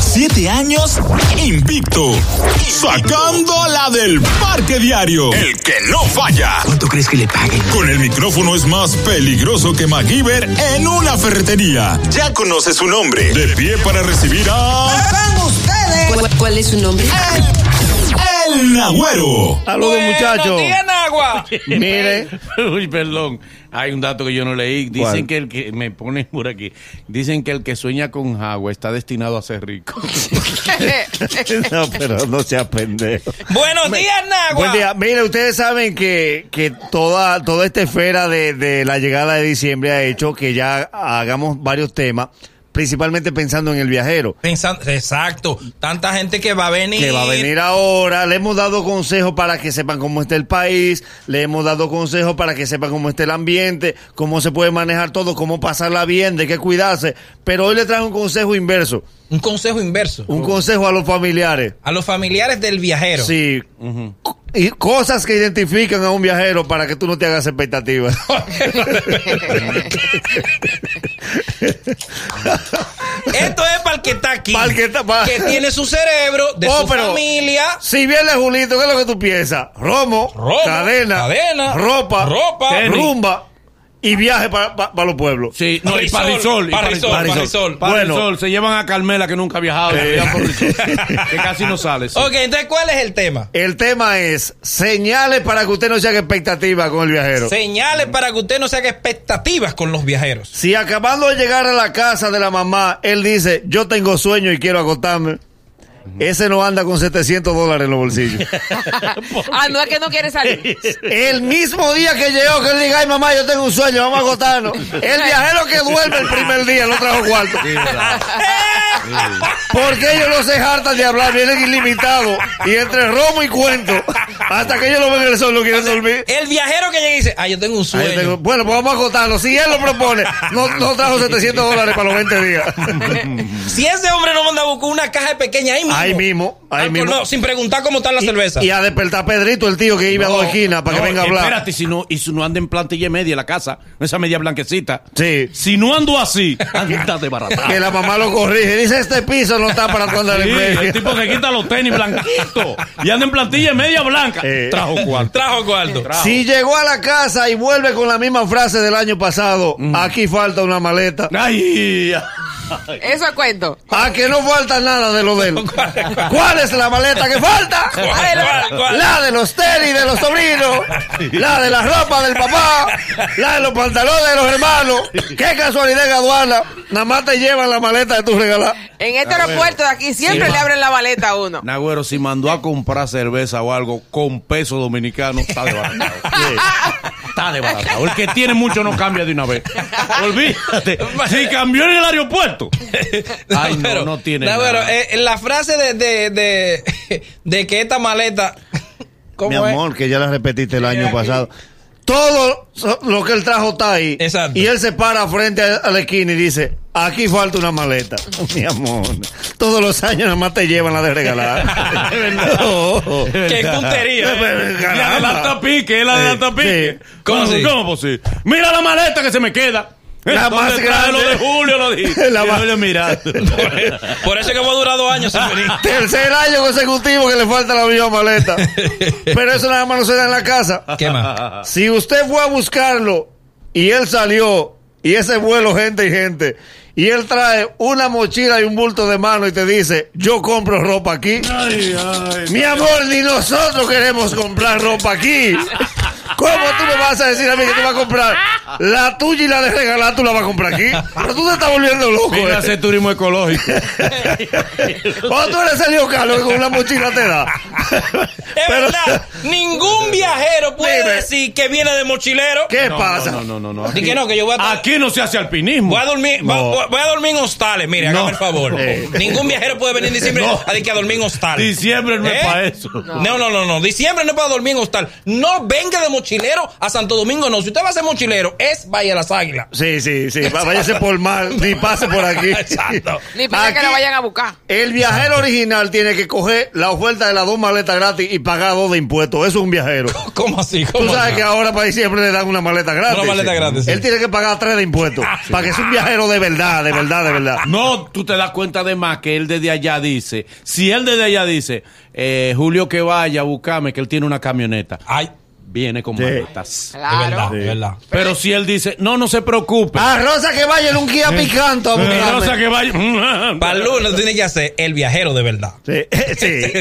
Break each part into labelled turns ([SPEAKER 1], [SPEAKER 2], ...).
[SPEAKER 1] siete años invicto, sacándola del parque diario. El que no falla.
[SPEAKER 2] ¿Cuánto crees que le paguen?
[SPEAKER 1] Con el micrófono es más peligroso que MacGyver en una ferretería.
[SPEAKER 3] Ya conoce su nombre.
[SPEAKER 1] De pie para recibir a
[SPEAKER 4] ¿Cuál, cuál es su nombre?
[SPEAKER 2] ¡Eh!
[SPEAKER 1] El Nagüero.
[SPEAKER 5] Saludos,
[SPEAKER 6] Bueno,
[SPEAKER 5] muchachos.
[SPEAKER 6] tiene agua.
[SPEAKER 5] Mire,
[SPEAKER 7] Uy, perdón. Hay un dato que yo no leí. Dicen
[SPEAKER 5] ¿Cuál?
[SPEAKER 7] que el que me pone por aquí. Dicen que el que sueña con agua está destinado a ser rico.
[SPEAKER 5] no, pero no sea pendejo.
[SPEAKER 6] Buenos días, Nagua.
[SPEAKER 5] Buen día. Mire, ustedes saben que, que toda, toda esta esfera de, de la llegada de diciembre ha hecho que ya hagamos varios temas, principalmente pensando en el viajero.
[SPEAKER 6] Pensando- exacto. Tanta gente que va a venir.
[SPEAKER 5] Que va a venir ahora, le hemos dado consejos para que sepan cómo está el país, le hemos dado consejos para que sepan cómo está el ambiente, cómo se puede manejar todo, cómo pasarla bien, de qué cuidarse. Pero hoy le traigo un consejo inverso,
[SPEAKER 6] Un consejo inverso.
[SPEAKER 5] un consejo a los familiares.
[SPEAKER 6] A los familiares del viajero.
[SPEAKER 5] Sí. Y cosas que identifican a un viajero para que tú no te hagas expectativas.
[SPEAKER 6] Esto es para el que está aquí.
[SPEAKER 5] Para el que está- para-
[SPEAKER 6] tiene su cerebro, de
[SPEAKER 5] Oh,
[SPEAKER 6] su
[SPEAKER 5] pero-
[SPEAKER 6] familia.
[SPEAKER 5] si viene Julito, ¿qué es lo que tú piensas? Romo,
[SPEAKER 6] Romo,
[SPEAKER 5] cadena,
[SPEAKER 6] cadena,
[SPEAKER 5] ropa,
[SPEAKER 6] ropa,
[SPEAKER 7] tenis.
[SPEAKER 5] rumba y viaje para los pueblos.
[SPEAKER 7] Sí, no, y
[SPEAKER 6] Parrisol,
[SPEAKER 7] Parrisol. y
[SPEAKER 6] Parrisol, Parrisol.
[SPEAKER 7] Parrisol.
[SPEAKER 5] Bueno.
[SPEAKER 7] Se llevan a Carmela, que nunca ha viajado. la llevan por Parrisol, que casi no sale. sí.
[SPEAKER 6] Ok, entonces, ¿cuál es el tema?
[SPEAKER 5] El tema es señales para que usted no se haga expectativa con el viajero.
[SPEAKER 6] Señales para que usted no se haga expectativas con los viajeros.
[SPEAKER 5] Si acabando de llegar a la casa de la mamá, él dice, yo tengo sueño y quiero acostarme, ese no anda con 700 dólares en los bolsillos.
[SPEAKER 8] Ah, no es que no quiere salir.
[SPEAKER 5] El mismo día que llegó, que él diga, ay mamá, yo tengo un sueño, vamos a agotarnos. El viajero que duerme el primer día, no trajo cuarto. Porque ellos no se hartan de hablar, vienen ilimitados. Y entre romo y cuento, hasta que ellos lo ven en el sol, no quieren dormir.
[SPEAKER 6] El viajero que llega y dice, ah, yo tengo un sueño.
[SPEAKER 5] Ahí tengo- bueno, pues vamos a agotarnos. Si él lo propone, no, no trajo 700 dólares para los 20 días.
[SPEAKER 6] Si ese hombre no manda a buscar una caja pequeña ahí mismo.
[SPEAKER 5] Ahí mismo, ahí
[SPEAKER 6] Ah,
[SPEAKER 5] mismo.
[SPEAKER 6] no, sin preguntar cómo está la cerveza.
[SPEAKER 5] Y a despertar a Pedrito, el tío que iba a dos esquinas, para
[SPEAKER 7] No,
[SPEAKER 5] que venga a hablar.
[SPEAKER 7] Espérate, si no, y si no anda en plantilla y media en la casa, esa media blanquecita.
[SPEAKER 5] Sí.
[SPEAKER 7] Si no ando así, anda de barata.
[SPEAKER 5] Que la mamá lo corrige. Dice, este piso no está para tú andar
[SPEAKER 7] Sí,
[SPEAKER 5] en
[SPEAKER 7] el
[SPEAKER 5] medio".
[SPEAKER 7] tipo que quita los tenis blanquitos y anda en plantilla y media blanca.
[SPEAKER 5] Eh.
[SPEAKER 7] Trajo cuarto.
[SPEAKER 6] Trajo cuarto.
[SPEAKER 5] Si llegó a la casa y vuelve con la misma frase del año pasado, aquí falta una maleta.
[SPEAKER 7] Ay,
[SPEAKER 8] Eso es cuento.
[SPEAKER 5] A que no falta nada de lo de él. ¿Cuál es la maleta que falta?
[SPEAKER 6] ¿Cuál, cuál, cuál?
[SPEAKER 5] La de los tenis de los sobrinos, la de la ropa del papá, la de los pantalones de los hermanos. Qué casualidad en aduana. Nada más te llevan la maleta de tus regalados.
[SPEAKER 8] En este aeropuerto de aquí siempre le abren la maleta a uno.
[SPEAKER 7] Nagüero, si mandó a comprar cerveza o algo con peso dominicano, está desbaratado. Está desbaratado. El que tiene mucho no cambia de una vez. Olvídate. Si cambió en el aeropuerto. Ay, no,
[SPEAKER 6] pero-
[SPEAKER 7] no tiene
[SPEAKER 6] No, pero,
[SPEAKER 7] nada.
[SPEAKER 6] eh, la frase de, de, de, de que esta maleta. ¿Cómo
[SPEAKER 5] Mi
[SPEAKER 6] es?
[SPEAKER 5] amor, que ya la repetiste el año pasado. Todo so- lo que él trajo está ahí.
[SPEAKER 6] Exacto.
[SPEAKER 5] Y él se para frente a a la esquina y dice, aquí falta una maleta. Mi amor, todos los años nada más te llevan la de regalar. No.
[SPEAKER 6] Qué
[SPEAKER 5] Pero,
[SPEAKER 6] puntería. eh.
[SPEAKER 5] pero,
[SPEAKER 7] La de
[SPEAKER 5] caramba.
[SPEAKER 7] la tapique, es la de
[SPEAKER 5] Sí,
[SPEAKER 7] la tapique.
[SPEAKER 5] sí.
[SPEAKER 6] ¿Cómo
[SPEAKER 7] ¿Cómo,
[SPEAKER 6] así?
[SPEAKER 7] ¿Cómo posible? Mira la maleta que se me queda.
[SPEAKER 5] La
[SPEAKER 7] ¿Dónde
[SPEAKER 5] más
[SPEAKER 7] trae
[SPEAKER 5] grande.
[SPEAKER 7] Lo de Julio lo dije.
[SPEAKER 5] La
[SPEAKER 7] Y
[SPEAKER 5] más-
[SPEAKER 7] Julio mirando.
[SPEAKER 6] eh. Por eso es que hemos durado años sin venir.
[SPEAKER 5] Tercer año consecutivo que le falta la misma maleta. Pero eso nada más no se da en la casa.
[SPEAKER 6] ¿Qué más?
[SPEAKER 5] Si usted fue a buscarlo y él salió, y ese vuelo gente y gente, y él trae una mochila y un bulto de mano y te dice, yo compro ropa aquí.
[SPEAKER 7] Ay, ay.
[SPEAKER 5] Mi amor, ni nosotros queremos comprar ropa aquí. ¿Cómo tú me vas a decir a mí que tú vas a comprar la tuya y la de regalar, tú la vas a comprar aquí? Pero tú te estás volviendo loco.
[SPEAKER 7] Mira
[SPEAKER 5] eh.
[SPEAKER 7] ese turismo ecológico.
[SPEAKER 5] O tú eres Sergio Carlos que con una mochila te da.
[SPEAKER 6] Es
[SPEAKER 5] Pero-
[SPEAKER 6] verdad, ningún viajero puede
[SPEAKER 5] Dime.
[SPEAKER 6] decir que viene de mochilero.
[SPEAKER 5] ¿Qué
[SPEAKER 7] No,
[SPEAKER 5] pasa?
[SPEAKER 7] No, no, no, no.
[SPEAKER 6] Así que no, que yo voy
[SPEAKER 5] Ah,
[SPEAKER 6] a,
[SPEAKER 7] Aquí no se hace alpinismo.
[SPEAKER 6] voy a dormir, va- voy, a dormir en hostales. Mire, hágame el favor.
[SPEAKER 5] Eh.
[SPEAKER 6] Ningún viajero puede venir en diciembre
[SPEAKER 7] No.
[SPEAKER 6] a decir que a dormir en hostales.
[SPEAKER 7] Diciembre no
[SPEAKER 6] ¿Eh?
[SPEAKER 7] es para eso.
[SPEAKER 6] No, no, no, no. Diciembre no es para dormir en hostal. No venga de mochilero a Santo Domingo no. Si usted va a ser mochilero, es Valle de las Águilas.
[SPEAKER 5] Sí, sí, sí. Va- Váyase por mal, ni pase por aquí.
[SPEAKER 6] Exacto.
[SPEAKER 8] Ni para que
[SPEAKER 5] Aquí,
[SPEAKER 8] la vayan a buscar.
[SPEAKER 5] El viajero original tiene que coger la oferta de las dos maletas gratis y pagar dos de impuestos. Eso es un viajero.
[SPEAKER 6] ¿Cómo así? ¿Cómo
[SPEAKER 5] Tú sabes
[SPEAKER 6] así?
[SPEAKER 5] que ahora para diciembre le dan una maleta gratis.
[SPEAKER 6] Una maleta gratis, sí.
[SPEAKER 5] Él tiene que pagar tres de impuestos. Para que sea un viajero de verdad, de verdad, de verdad.
[SPEAKER 7] No, tú te das cuenta además que él desde allá dice, si él desde allá dice, eh, Julio que vaya a buscarme, que él tiene una camioneta,
[SPEAKER 6] Ay,
[SPEAKER 7] viene con
[SPEAKER 5] Sí.
[SPEAKER 7] maletas.
[SPEAKER 6] es verdad,
[SPEAKER 8] Claro.
[SPEAKER 6] es verdad.
[SPEAKER 7] Pero si él dice, no, no se preocupe.
[SPEAKER 5] A Rosa que vaya en un guía picante. a
[SPEAKER 7] Eh,
[SPEAKER 5] buscarme.
[SPEAKER 7] no sé que vaya. ah,
[SPEAKER 6] Para el lunes tiene que hacer el viajero de verdad.
[SPEAKER 5] Sí, sí.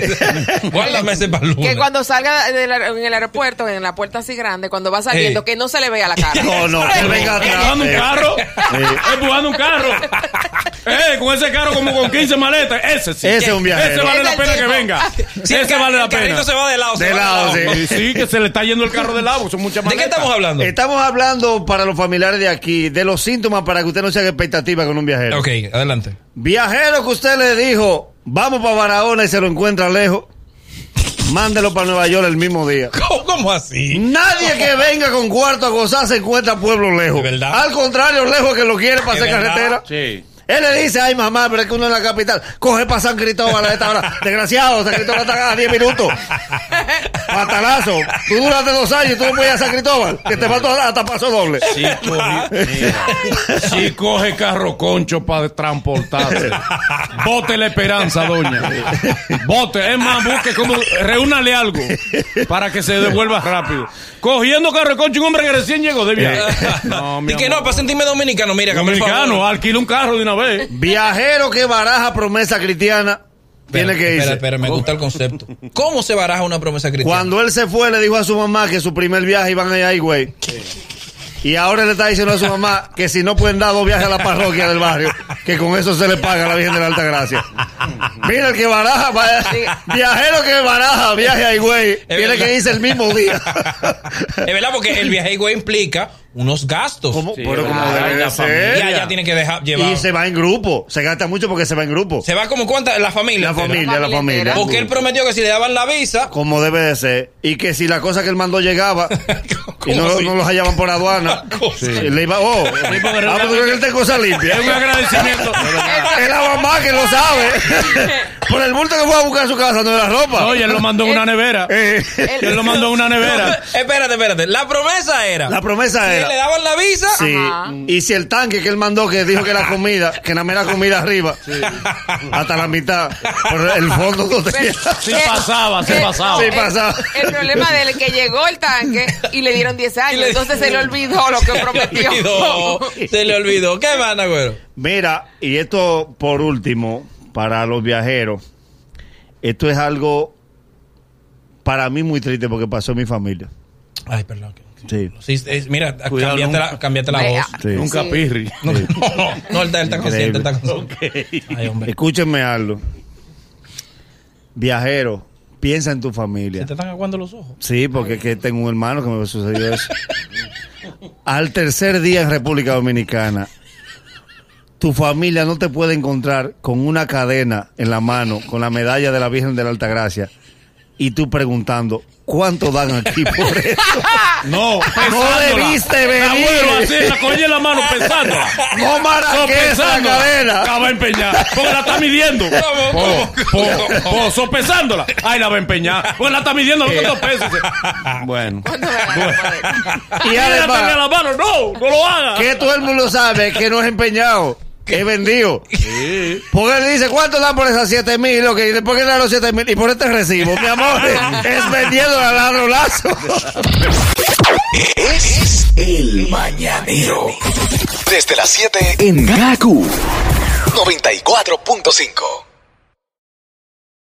[SPEAKER 6] Guárdame ese para el lunes.
[SPEAKER 8] Que cuando salga del aer- en el aeropuerto, en la puerta así grande, cuando va saliendo,
[SPEAKER 6] Sí.
[SPEAKER 8] que no se le vea la cara.
[SPEAKER 5] No, no, que venga atrás.
[SPEAKER 7] Empujando un
[SPEAKER 5] eh.
[SPEAKER 7] carro. Empujando un carro. Eh, con ese carro como con 15 maletas. Ese sí.
[SPEAKER 5] Ese es un viajero.
[SPEAKER 7] Ese vale
[SPEAKER 8] Ese
[SPEAKER 7] la
[SPEAKER 8] es
[SPEAKER 7] pena
[SPEAKER 8] el
[SPEAKER 7] que
[SPEAKER 8] tipo.
[SPEAKER 7] venga.
[SPEAKER 6] Si el
[SPEAKER 7] Ese
[SPEAKER 6] ca-
[SPEAKER 7] vale la
[SPEAKER 6] el carrito
[SPEAKER 7] pena.
[SPEAKER 6] se va de lado. se
[SPEAKER 5] De
[SPEAKER 6] va
[SPEAKER 5] lado, sí.
[SPEAKER 7] Sí, sí, que se le está yendo el carro del agua. Son muchas
[SPEAKER 6] ¿De qué
[SPEAKER 7] maletas.
[SPEAKER 6] estamos hablando?
[SPEAKER 5] Estamos hablando para los familiares de aquí de los síntomas para que usted no se haga expectativa con un viajero.
[SPEAKER 6] Ok, adelante.
[SPEAKER 5] Viajero que usted le dijo, vamos para Barahona y se lo encuentra lejos, mándelo para Nueva York el mismo día.
[SPEAKER 6] ¿Cómo, cómo así?
[SPEAKER 5] Nadie que venga con cuarto a gozar se encuentra pueblo lejos.
[SPEAKER 6] De verdad.
[SPEAKER 5] Al contrario, lejos que lo quiere para
[SPEAKER 6] De
[SPEAKER 5] hacer
[SPEAKER 6] verdad.
[SPEAKER 5] carretera.
[SPEAKER 7] Sí.
[SPEAKER 5] Él le dice, ay mamá, pero es que uno en la capital coge para San Cristóbal a esta hora. Desgraciado, San Cristóbal está cada 10 minutos. Patalazo. Tú duraste dos años y tú no puedes ir a San Cristóbal, que te mato hasta paso doble.
[SPEAKER 7] Si coge, mira, sí coge carro concho para transportarse. Bote la esperanza, doña. Bote, es más, busque como, reúnale algo para que se devuelva rápido. Cogiendo carro concho, un hombre que recién llegó de viaje. No, mi
[SPEAKER 6] Eh. Y que
[SPEAKER 7] amor.
[SPEAKER 6] no, pues, para sentirme dominicano, mira, que me
[SPEAKER 5] ah.
[SPEAKER 7] Dominicano, alquila un carro de una vez.
[SPEAKER 5] Viajero que baraja promesa cristiana, tiene que irse.
[SPEAKER 6] Espera, espera, me gusta el concepto. ¿Cómo se baraja una promesa cristiana?
[SPEAKER 5] Cuando él se fue, le dijo a su mamá que su primer viaje iban allá, güey. Y ahora le está diciendo a su mamá que si no pueden dar dos viajes a la parroquia del barrio, que con eso se le paga a la Virgen de la Alta Gracia. Mira el que baraja, vaya- viajero que baraja, viaje a güey. Tiene
[SPEAKER 6] verdad.
[SPEAKER 5] que irse el mismo día.
[SPEAKER 6] Es verdad, porque el viaje güey implica unos gastos.
[SPEAKER 5] ¿Cómo?
[SPEAKER 7] Sí,
[SPEAKER 5] Pero como
[SPEAKER 7] ah,
[SPEAKER 5] debe
[SPEAKER 7] la
[SPEAKER 5] de
[SPEAKER 6] Y
[SPEAKER 5] ser.
[SPEAKER 7] familia.
[SPEAKER 6] allá tiene que dejar llevar.
[SPEAKER 5] Y se va en grupo. Se gasta mucho porque se va en grupo.
[SPEAKER 6] Se va como cuánta, la familia.
[SPEAKER 5] La
[SPEAKER 6] entera.
[SPEAKER 5] familia, la
[SPEAKER 8] La familia
[SPEAKER 5] familia.
[SPEAKER 8] entera.
[SPEAKER 6] Porque él prometió que si le daban la visa,
[SPEAKER 5] Como debe de ser. Y que si la cosa que él mandó llegaba y
[SPEAKER 6] ¿Cómo
[SPEAKER 5] no,
[SPEAKER 6] así?
[SPEAKER 5] no los hallaban por aduana,
[SPEAKER 6] Cosa.
[SPEAKER 5] y le iba, oh,
[SPEAKER 7] porque
[SPEAKER 5] ah, pues él te cosa limpia.
[SPEAKER 7] Es un agradecimiento.
[SPEAKER 5] Es la mamá que lo sabe. Por el bulto que fue a buscar a su casa, no de la ropa.
[SPEAKER 7] Oye, él lo mandó en una nevera.
[SPEAKER 5] Eh,
[SPEAKER 8] El-
[SPEAKER 7] Él lo mandó en una nevera.
[SPEAKER 6] espérate, espérate. La promesa era.
[SPEAKER 5] la promesa
[SPEAKER 6] si le
[SPEAKER 5] era.
[SPEAKER 6] daban la visa,
[SPEAKER 5] Sí.
[SPEAKER 8] Ajá.
[SPEAKER 5] Y si el tanque que él mandó que dijo que era comida, que nada más era comida arriba, hasta la mitad, pero el fondo no tenía.
[SPEAKER 7] Sí pasaba, sí pasaba.
[SPEAKER 5] Sí pasaba.
[SPEAKER 8] El, el problema del que llegó el tanque y le dieron 10
[SPEAKER 6] Y
[SPEAKER 8] años,
[SPEAKER 6] le-
[SPEAKER 8] entonces se le olvidó lo que prometió.
[SPEAKER 6] Se le olvidó. Se le olvidó. ¿Qué más, güero?
[SPEAKER 5] Mira, y esto por último, para los viajeros, esto es algo para mí muy triste porque pasó en mi familia.
[SPEAKER 6] Ay, perdón.
[SPEAKER 5] Sí.
[SPEAKER 6] Sí, es- mira,
[SPEAKER 7] Cuidado,
[SPEAKER 6] cambiaste
[SPEAKER 7] nunca-
[SPEAKER 6] la, cambiaste la
[SPEAKER 8] Ve,
[SPEAKER 6] voz.
[SPEAKER 8] ah,
[SPEAKER 5] Sí.
[SPEAKER 7] Nunca
[SPEAKER 8] Sí.
[SPEAKER 7] pirri.
[SPEAKER 6] No, no, no, él está, él está consciente, él está consciente. Ay, hombre.
[SPEAKER 5] Escúchenme algo. Viajero, piensa en tu familia.
[SPEAKER 6] Se te están aguando los ojos.
[SPEAKER 5] Sí, porque que tengo un hermano que me sucedió eso. Al tercer día en República Dominicana, tu familia no te puede encontrar con una cadena en la mano, con la medalla de la Virgen de la Altagracia, y tú preguntando, ¿cuánto dan aquí por eso?
[SPEAKER 7] No,
[SPEAKER 5] No
[SPEAKER 7] pesándola.
[SPEAKER 5] debiste
[SPEAKER 7] La vuelvo a
[SPEAKER 5] venir.
[SPEAKER 7] hacer, la cogí en la mano pensándola.
[SPEAKER 5] No maraques la
[SPEAKER 7] Sopesándola. La
[SPEAKER 5] cadena.
[SPEAKER 7] va a empeñar. Porque la está midiendo.
[SPEAKER 6] ¿Cómo,
[SPEAKER 7] Po,
[SPEAKER 6] cómo,
[SPEAKER 7] po, po, sopesándola. Ay, la va a empeñar. Pues la está midiendo los dos pesos. Bueno.
[SPEAKER 8] ¿Cuándo me van a poner?
[SPEAKER 5] Y
[SPEAKER 7] Mira, la tenía en
[SPEAKER 5] además,
[SPEAKER 7] la mano. No, no lo haga.
[SPEAKER 5] que todo el mundo sabe que no es empeñado, que es vendido. Porque él dice, ¿cuánto dan por esas 7 mil? Ok, ¿y después que dan los 7 mil. Y por este recibo, mi amor, es vendiendo a largo lazo.
[SPEAKER 2] Es el mañanero. Desde las 7 en GACU 94.5.